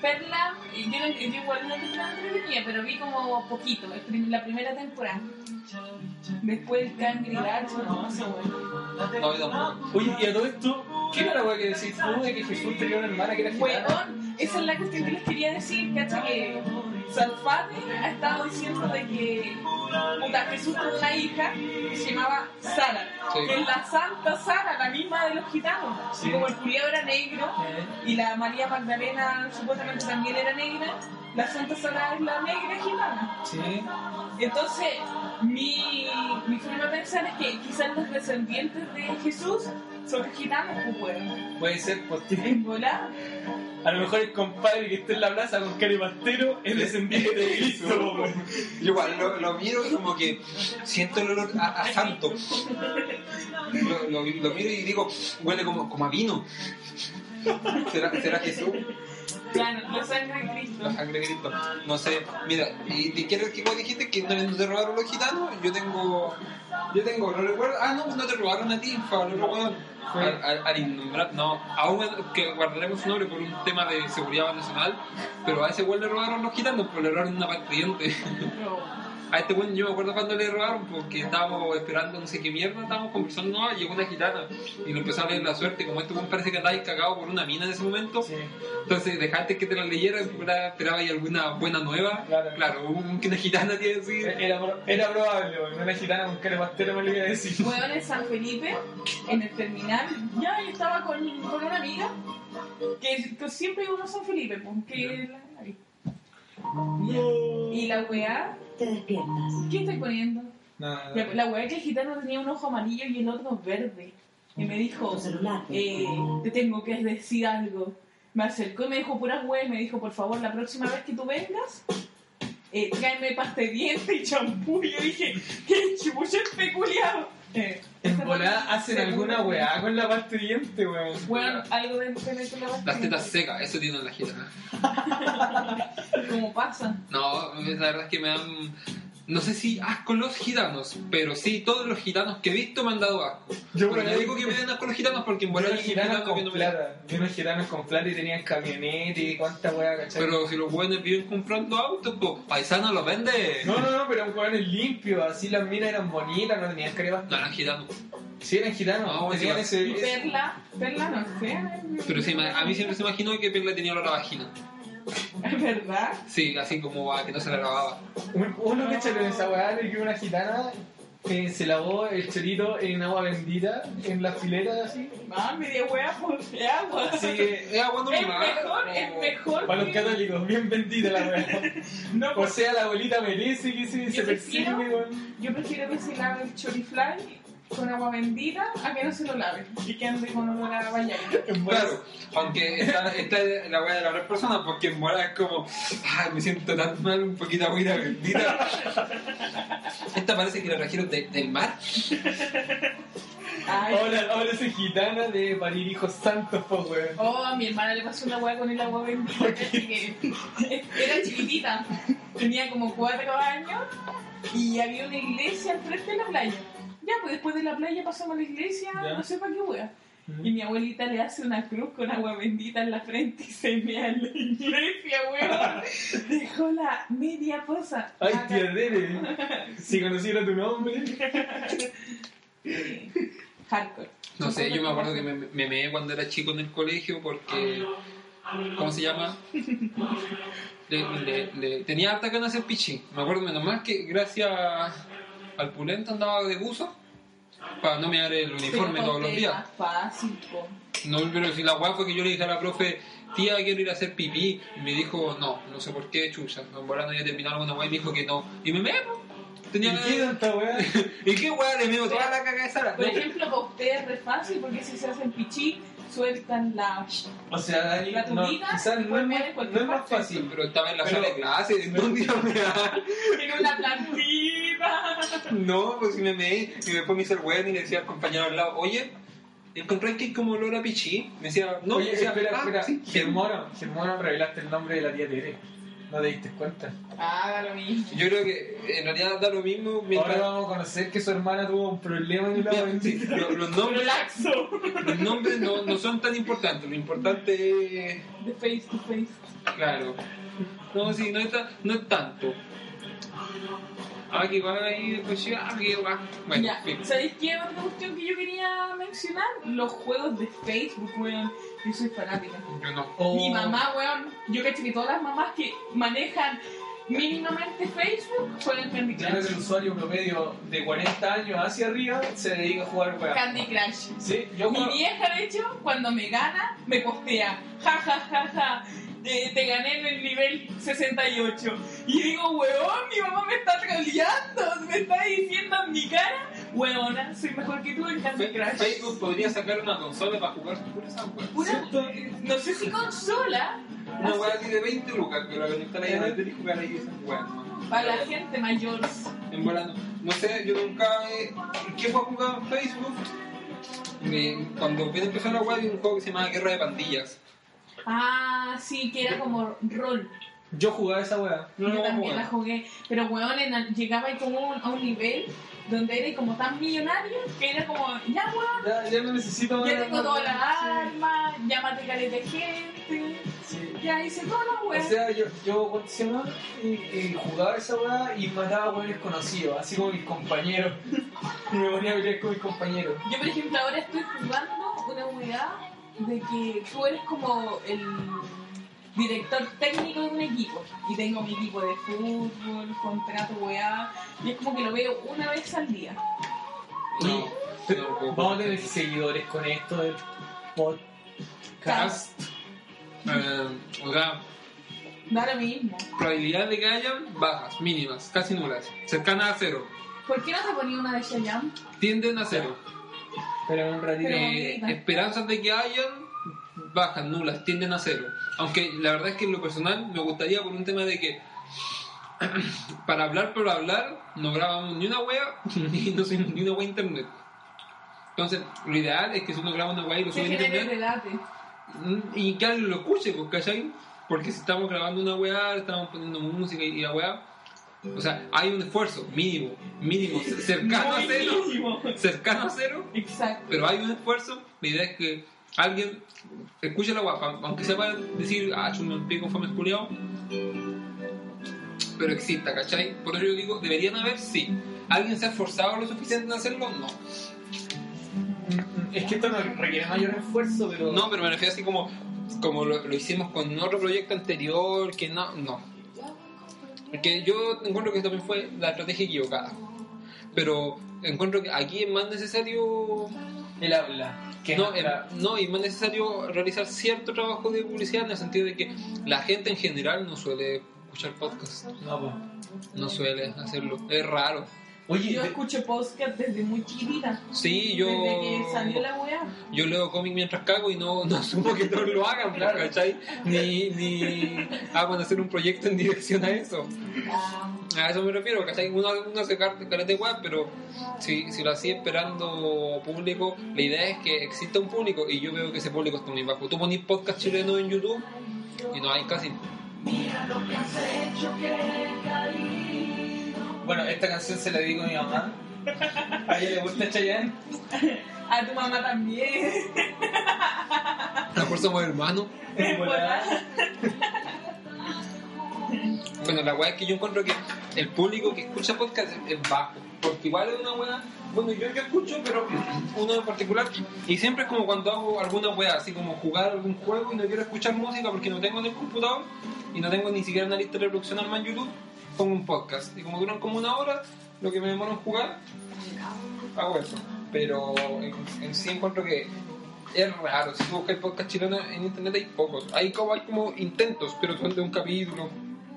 Perla, y yo, no- yo igual no tenía la entretenida, pero vi como poquito, el prim- la primera temporada. Después el Cangri Lacho, no, ese weón.
No, yo tampoco.
Oye, y a todo esto, ¿qué era la weá que decís tú de que Jesús tenía una hermana que era gitana?
Weón, oh, esa es la cuestión que les quería decir, cacha que Salfate ha estado diciendo de que puta, Jesús tuvo una hija que se llamaba Sara,
Sí.
que es la santa Sara, la misma de los gitanos.
Sí.
Y como el culiado era negro
Eh,
y la María Magdalena supuestamente también era negra, la santa Sara es la negra gitana.
Sí.
Entonces, mi, mi forma de pensar es que quizás los descendientes de Jesús son gitanos, pues bueno,
Puede ser, porque
en volar.
a lo mejor el compadre que está en la plaza con carepastero es descendiente de Cristo, weón.
Yo igual lo, lo miro y como que siento el olor a, a santo. Lo, lo- lo miro y digo, huele como, como a vino. ¿Será, será Jesús?
Claro, la sangre de Cristo.
La sangre de Cristo. No sé. Mira, ¿y te quieres que vos dijiste que no, no te robaron los gitanos? Yo tengo. Yo tengo, no recuerdo. Ah, no, no te robaron a ti, Pablo, no, weón. Al- al- al innombrable- no, aún que guardaremos su nombre por un tema de seguridad nacional, pero a ese güey le robaron los gitanos, pero le robaron una parte de diente.
Pero,
A este buen yo me acuerdo cuando le robaron porque estábamos esperando no sé qué mierda, estábamos conversando, no, llegó una gitana y le empezó a leer la suerte, como este buen parece que andaba ahí cagado por una mina en ese momento,
Sí.
entonces dejaste que te la leyera, esperaba, esperaba ahí alguna buena nueva,
Claro.
claro, un- una gitana tiene que decir,
Era, pro- era probable, weón. Una gitana con carepastero me lo iba a decir.
weón, en San Felipe, en el terminal, ya yo estaba con, con una amiga que, que siempre iba a San Felipe, pues, que la-
No.
y la weá
Te despiertas.
¿Qué estoy poniendo?
Nada,
La,
nada.
la weá que el gitano tenía un ojo amarillo y el otro verde. Y me dijo,
Tu celular.
eh, te tengo que decir algo. Me acercó y me dijo puras weas y me dijo, por favor, la próxima vez que tú vengas, eh, tráeme pasta de dientes y champú. Y yo dije, qué chubucho especulado. Eh,
En
esta
volada
weá-
hacen
seguro-
alguna weá con la pasta de diente, weón.
Weón, algo de tener con la pasta
Las
de
tetas
dientes.
secas, eso tienen las gitanas.
Como pasa.
No, la verdad es que me dan. No sé si asco los gitanos, pero sí, todos los gitanos que he visto me han dado asco.
Yo
pero
por
no
ahí-
digo que me den asco los gitanos porque en
Bueno,
volar
los gitanos con plata. Vi unos gitanos con plata y tenían camionete y cuánta weá, ¿cachai?
Pero si los buenos viven comprando autos, pues paisano los vende.
No, no, no, pero eran weones limpios, así las minas eran bonitas, no tenían crepas.
No eran gitanos.
Sí, eran gitanos,
No,
tenían
sí,
ese...
Y
ese-
Perla, Perla no es fea. es-
Pero se ima- a mí siempre se imaginó que Perla tenía olor a vagina.
Es verdad.
Sí, así como a que no se la lavaba.
un- uno que echó en esa weá le que una gitana eh, se lavó el chorito en agua bendita, en las filetas así.
Ah, media wea por de agua.
Así que,
Es agua
Es
normal.
mejor,
como-
es mejor.
para los
que-
católicos, bien bendita la weá.
No,
O sea, la abuelita merece que se, se
Yo
persigue,
prefiero-
weón.
Yo prefiero que se lave el chorifly con agua bendita a que no se lo lave y que ande con olor a bailarina.
En buenas-
Claro, aunque está, está la weá de las otras personas, porque en moral es como, ay, me siento tan mal, un poquito agüita bendita. Esta parece que la trajeron de- del mar.
Ay.
Ahora, ahora ese gitana de parir hijos santos, po, weón.
Oh, a mi hermana le pasó una hueá con el agua bendita, así que era chiquitita, tenía como cuatro años y había una iglesia al frente de la playa. Ya, pues después de la playa pasamos a la iglesia,
Ya.
no sé para qué hueá. Y mi abuelita le hace una cruz con agua bendita en la frente y se mea en la iglesia, hueá. Dejó la media posa.
Ay,
Acá-
tía Dere, si conociera tu nombre.
Hardcore.
No sé, yo me acuerdo que me, me meé cuando era chico en el colegio porque. ¿Cómo se llama? Le, le- le- tenía harta ganas de hacer pichí. Me acuerdo menos mal que gracias al pulento andaba de buzo para no mear el uniforme
Pero
todos los
porque
días.
era Fácil, po.
No, pero si la guapa fue que yo le dije a la profe, tía, quiero ir a hacer pipí. Y me dijo, no, no sé por qué, chucha. No, en volada no había terminado alguna guay y me dijo que no. Y me meo.
¿Y
Tenía
qué tanta weá?
¿Y qué guay? Le meo toda la caga de Sara.
Por ejemplo, para ustedes es re fácil porque si se hacen pichí, sueltan la.
O sea, Dani,
La
no,
tumbita,
quizás no es,
puede
muy-
ver en
no es
cualquier
más
parte.
Sí,
fácil.
pero estaba en la
Pero-
sala de clase. ¿En dónde iba a mear?
en una plantita.
No, pues si me meé. Y después me hice el weón y le decía al compañero al lado, oye, ¿encontrás que es como olor a pichí? Me decía, no,
Oye,
me decía,
espera,
"Ah,
espera.
sí".
Germono, Germono, revelaste el nombre de la tía Tere. No te diste cuenta.
Ah, da lo mismo.
Yo creo que en realidad da lo mismo mientras...
Ahora vamos a conocer que su hermana tuvo un problema en el agua
Sí,
bendita.
lo- los nombres
Pero laxo.
Los nombres no, no son tan importantes, lo importante es.
De face to face.
Claro. No, sí, no es, tan- no es tanto. Ah, que va ahí, pues sí, ah, que va. Bueno,
ya.
fin.
¿Sabéis qué? Otra cuestión que yo quería mencionar: los juegos de Facebook, weón. Yo soy fanática.
Yo no.
O-
Mi mamá, weón. Yo caché que todas las mamás que manejan mínimamente Facebook juegan Candy
Yo creo que el
Crush.
usuario promedio de 40 años hacia arriba se dedica a jugar weá.
Candy Crush.
Sí, yo
Mi
juego.
vieja, de hecho, cuando me gana, me postea. Ja, ja, ja, ja. eh, te gané en el nivel 68. Y digo, weón, mi mamá me está troleando. Me está diciendo en mi cara, weona, soy mejor que tú en Candy
Fe-
Crush.
Facebook podría sacar una consola para jugar pura esa wea.
Una, no sé si consola,
Una wea así de 20 lucas, pero la conectar ahí a la tele y jugar ahí esa wea. ¿no?
para la gente mayor.
En volando. No sé, yo nunca. eh, ¿Qué juego jugaba en Facebook? Me- cuando empecé a empezar la wea, había un juego que se llamaba Guerra de Pandillas.
Ah, sí, que era como rol.
Yo jugaba esa weá.
No,
yo
no,
también
bueno.
la jugué. Pero, weón, en- llegaba ahí como un- a un nivel donde era como tan millonario que era como, ya, weón.
Ya, ya no necesito
Ya tengo todas las
Sí,
armas, ya maté caleta de gente,
sí.
ya hice todas las
O
weas.
sea, yo, yo ¿cuánto se llama? Y, y jugaba esa weá y mataba weones conocidos, así como mis compañeros. Y me ponía a pelear con mis compañeros.
Yo, por ejemplo, ahora estoy jugando una weá de que tú eres como el director técnico de un equipo. Y tengo mi equipo de fútbol, contrato weá, y es como que lo veo una vez al día.
No, no puedo
Vamos a tener seguidores con esto del podcast.
Eh, o sea,
Da lo mismo.
Probabilidad de que hayan bajas, mínimas, casi nulas, cercanas a cero.
¿Por qué no te ponía una de Shayam?
Tienden a cero.
Pero un ratito.
Pero-
Eh, esperanzas de que hayan bajas, nulas, tienden a cero. Aunque la verdad es que en lo personal me gustaría por un tema de que para hablar por hablar no grabamos ni una wea ni, no sé, ni una wea internet. Entonces, lo ideal es que si uno graba una wea y lo
Se
sube a
genera el
internet
debate.
mm, y que alguien lo escuche, pues, ¿cachai? Porque si estamos grabando una wea, estamos poniendo música y la wea. O sea, hay un esfuerzo mínimo, mínimo, cercano a cero,
Mínimo.
cercano a cero,
Exacto.
pero hay un esfuerzo, la idea es que alguien escuche la guapa, aunque sea para decir, ah, chum, un pico fome culiao, pero exista, ¿cachai? Por eso yo digo, deberían haber, sí. ¿Alguien se ha esforzado lo suficiente en hacerlo? No.
mm, Es que esto no requiere mayor esfuerzo, pero.
No, pero me refiero así como, como lo, lo hicimos con otro proyecto anterior, que no, no. Porque yo encuentro que también fue la estrategia equivocada. Pero encuentro que aquí es más necesario
Él habla. Que
no,
no,
eh,
era.
no, y más necesario realizar cierto trabajo de publicidad en el sentido de que la gente en general no suele escuchar podcast,
No, pues.
no suele hacerlo, es raro.
Oye,
Yo
de-
escucho podcast desde muy chiquita.
Sí, yo,
Desde que salió la weá.
yo leo cómic mientras cago y no, no asumo que todos lo hagan, pues,
Claro.
¿cachai? Ni, ni hagan hacer un proyecto en dirección a eso. A eso me refiero, ¿cachai? Uno, uno hace car- caleta de weas, pero si, si lo hacía esperando público, la idea es que exista un público y yo veo que ese público está muy bajo. Tú ponís podcast chileno en YouTube y no hay casi.
bueno, esta canción se la digo a mi mamá. ¿A ella le gusta Chayanne?
A tu mamá también.
La fuerza somos hermanos.
En volada.
Bueno, la wea es que yo encuentro que el público que escucha podcast es bajo. Porque igual es una wea. Bueno, yo, yo escucho, pero uno en particular. Y siempre es como cuando hago alguna wea, así como jugar algún juego y no quiero escuchar música porque no tengo en el computador y no tengo ni siquiera una lista de reproducción armada en YouTube, pongo un podcast. Y como duran como una hora, lo que me demoro en jugar, hago eso. Pero en, en sí encuentro que es raro. Si tú buscas podcast chileno en internet hay pocos. Hay como, hay como intentos, pero son de un capítulo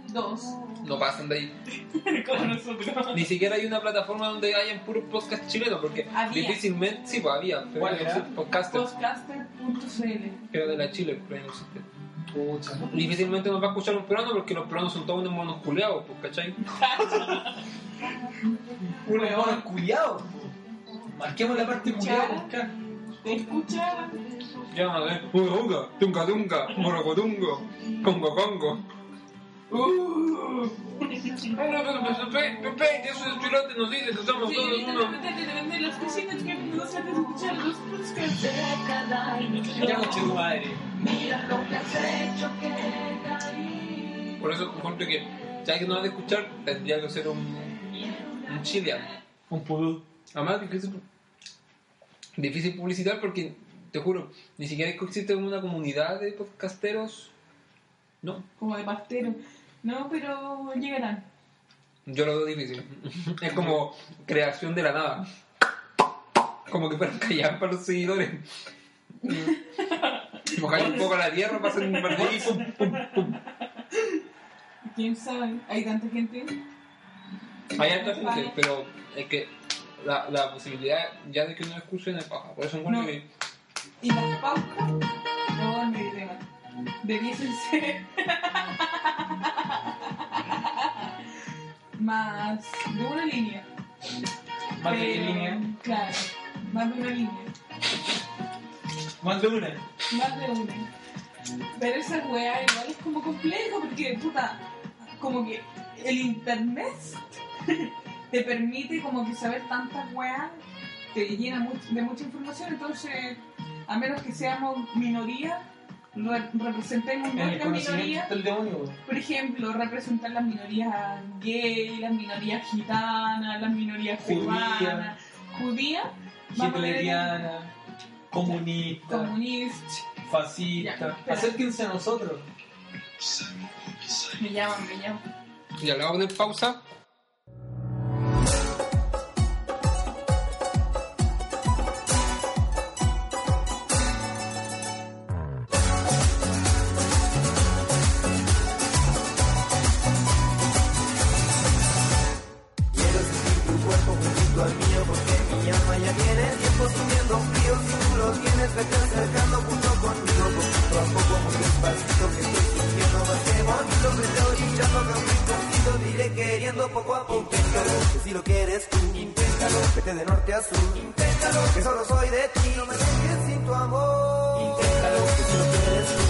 Dos.
no pasan de ahí.
Como nosotros.
Ni siquiera hay una plataforma donde hayan puros podcast chilenos, porque
Había.
difícilmente, sí, pues había, pero
¿Cuál
eran
era?
podcasters,
Podcaster.cl.
que era de la Chile, pero ahí no existe. Difícilmente nos va a escuchar un peruano porque los peruanos son todos unos monos culeados, pues, ¿cachai?
Un hermano culiado. Marquemos la parte culiada
Chara.
buscar.
Te escucha.
Ya no sé. Uga, uga, tunga, tunga, morocotungo, congo, congo.
Uh.
Eso es chilote, nos dice que somos
Sí,
todos unos.
literalmente te venden las cositas que no se han escuchado los podcasts.
Ya coche tu madre.
Por eso encuentro que, si alguien no ha de escuchar, tendría que ser un, un chileano.
Un pudú.
Además, difícil, difícil publicitar porque, te juro, ni siquiera existe una comunidad de podcasteros. No,
Como de pastero. No, pero llegarán.
yo lo veo difícil. Es como creación de la nada. Como que fueran callar para los seguidores. Mojar un poco la tierra para hacer un verdín y pum, pum, pum.
¿Quién sabe? Hay tanta gente.
Hay altas gente, pero es que la, la posibilidad ya de que uno escuche en el paja. Por eso encuentro
No.
que
Y las pautas. No, no hay tema. Debiesen ser. Más de una línea.
Más de
Pero-
una línea.
Claro, más de una línea.
Más de una.
Más de una. Pero esa weá igual es como complejo porque, puta, como que el internet te permite como que saber tantas weas, te llena much- de mucha información, entonces, a menos que seamos minoría, re- representemos
En el
nuestras
conocimiento
minorías.
está el demonio. güey.
Por ejemplo, representar las minorías gay, las minorías gitanas, las minorías
Judía.
cubanas, judías, vamos a ver-
Hitleriana, comunista,
comunistas. Ya,
fascista.
espera.
Acérquense a nosotros.
Me llaman, me llaman.
ya le voy a poner pausa.
fuerte de norte a sur. Inténtalo, que solo soy de ti. No me dejes sin tu amor. Inténtalo, que solo quieres tú.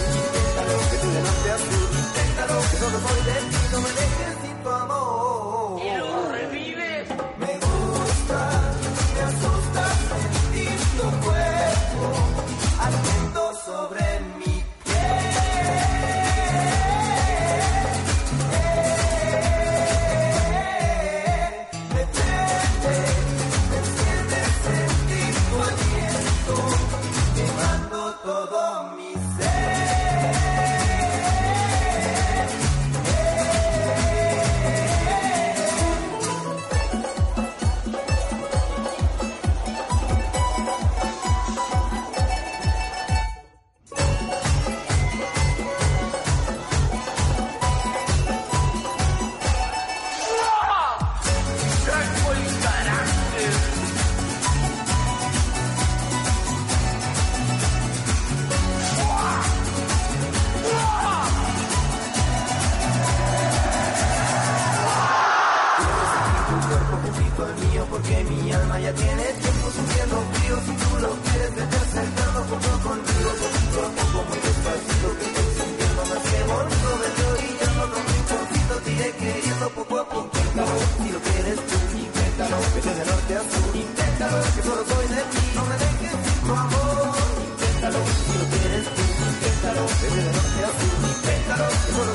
Inténtalo, que soy de norte a sur. Inténtalo, que solo soy de ti. No me dejes sin tu amor.
revive.
Me gusta, me asusta sentir tu cuerpo atento sobre mi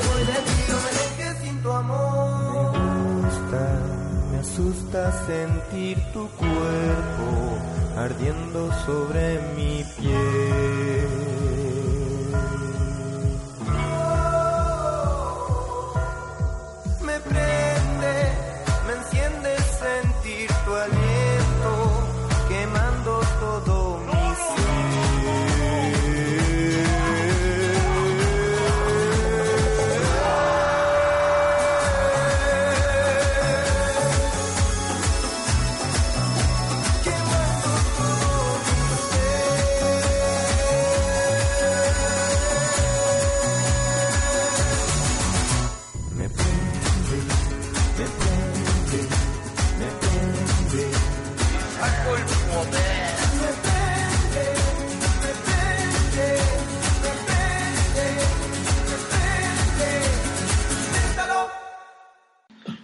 dejes sin tu amor. Me gusta, me asusta sentir tu cuerpo ardiendo sobre mi piel. Me prende, me enciende sentir tu aliento quemando todo mi Me prende, me prende, me prende. Hago el poder. Me prende, me prende, me prende, me prende. Inténtalo.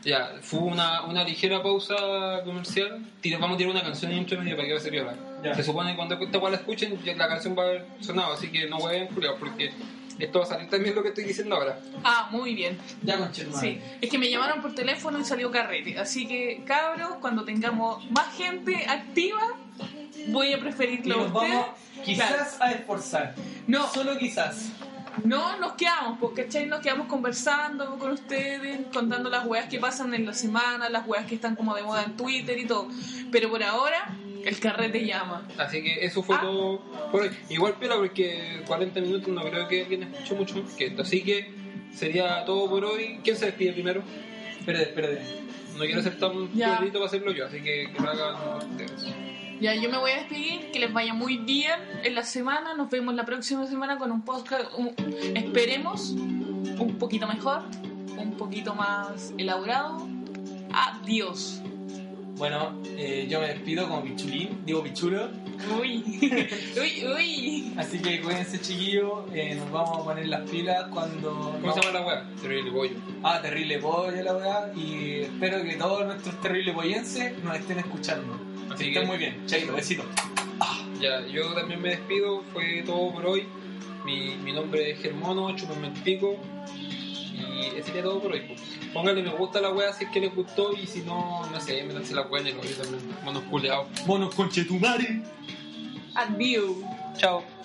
Ya, fue una, una ligera pausa comercial. Tira- vamos a tirar una canción en intermedio para que va a ser viola.
Ya.
Se supone que cuando esta cual la escuchen, ya la canción va a haber sonado, así que no hueven, culiao, porque esto va a salir también lo que estoy diciendo ahora.
Ah, muy bien.
Ya con Chirman.
Sí, es que me llamaron por teléfono y salió carrete. Así que, cabros, cuando tengamos más gente activa, voy a
Y
preferirlo a
nos
ustedes.
vamos quizás a esforzar.
No.
Solo quizás.
No, nos quedamos, porque ¿cachai? Nos quedamos conversando con ustedes, contando las weas que pasan en la semana, las weas que están como de moda en Twitter y todo. Pero por ahora, el carrete llama.
Así que eso fue
Ah.
todo por hoy. Igual piola, porque 40 minutos no creo que alguien escuche mucho más que esto. Así que sería todo por hoy. ¿Quién se despide primero?
Espérate, espérate.
No quiero ser tan
Ya.
piolito para hacerlo yo, así que que lo hagan ustedes.
Ya, yo me voy a despedir, que les vaya muy bien en la semana, nos vemos la próxima semana con un podcast, un- esperemos, un poquito mejor, un poquito más elaborado. Adiós.
Bueno, eh, yo me despido como pichulín, digo pichulo.
Uy, uy, uy.
Así que cuídense chiquillos, eh, nos vamos a poner las pilas cuando...
¿Cómo se llama la wea? Terrible pollo.
Ah, terrible pollo la weá. Y espero que todos nuestros terribles pollenses nos estén escuchando.
Así
Así
que-
que estén muy bien. Chaito, besitos.
Ya, yo también me despido, fue todo por hoy. Mi, mi nombre es Germono, chupenme el pico. Y ese sería todo por hoy. pues. Pónganle me gusta a la wea si es que les gustó y si no, no sé, métanse la wea en el hoyo también. Monos culeados.
Monos conchetumare.
Adiós.
Chao.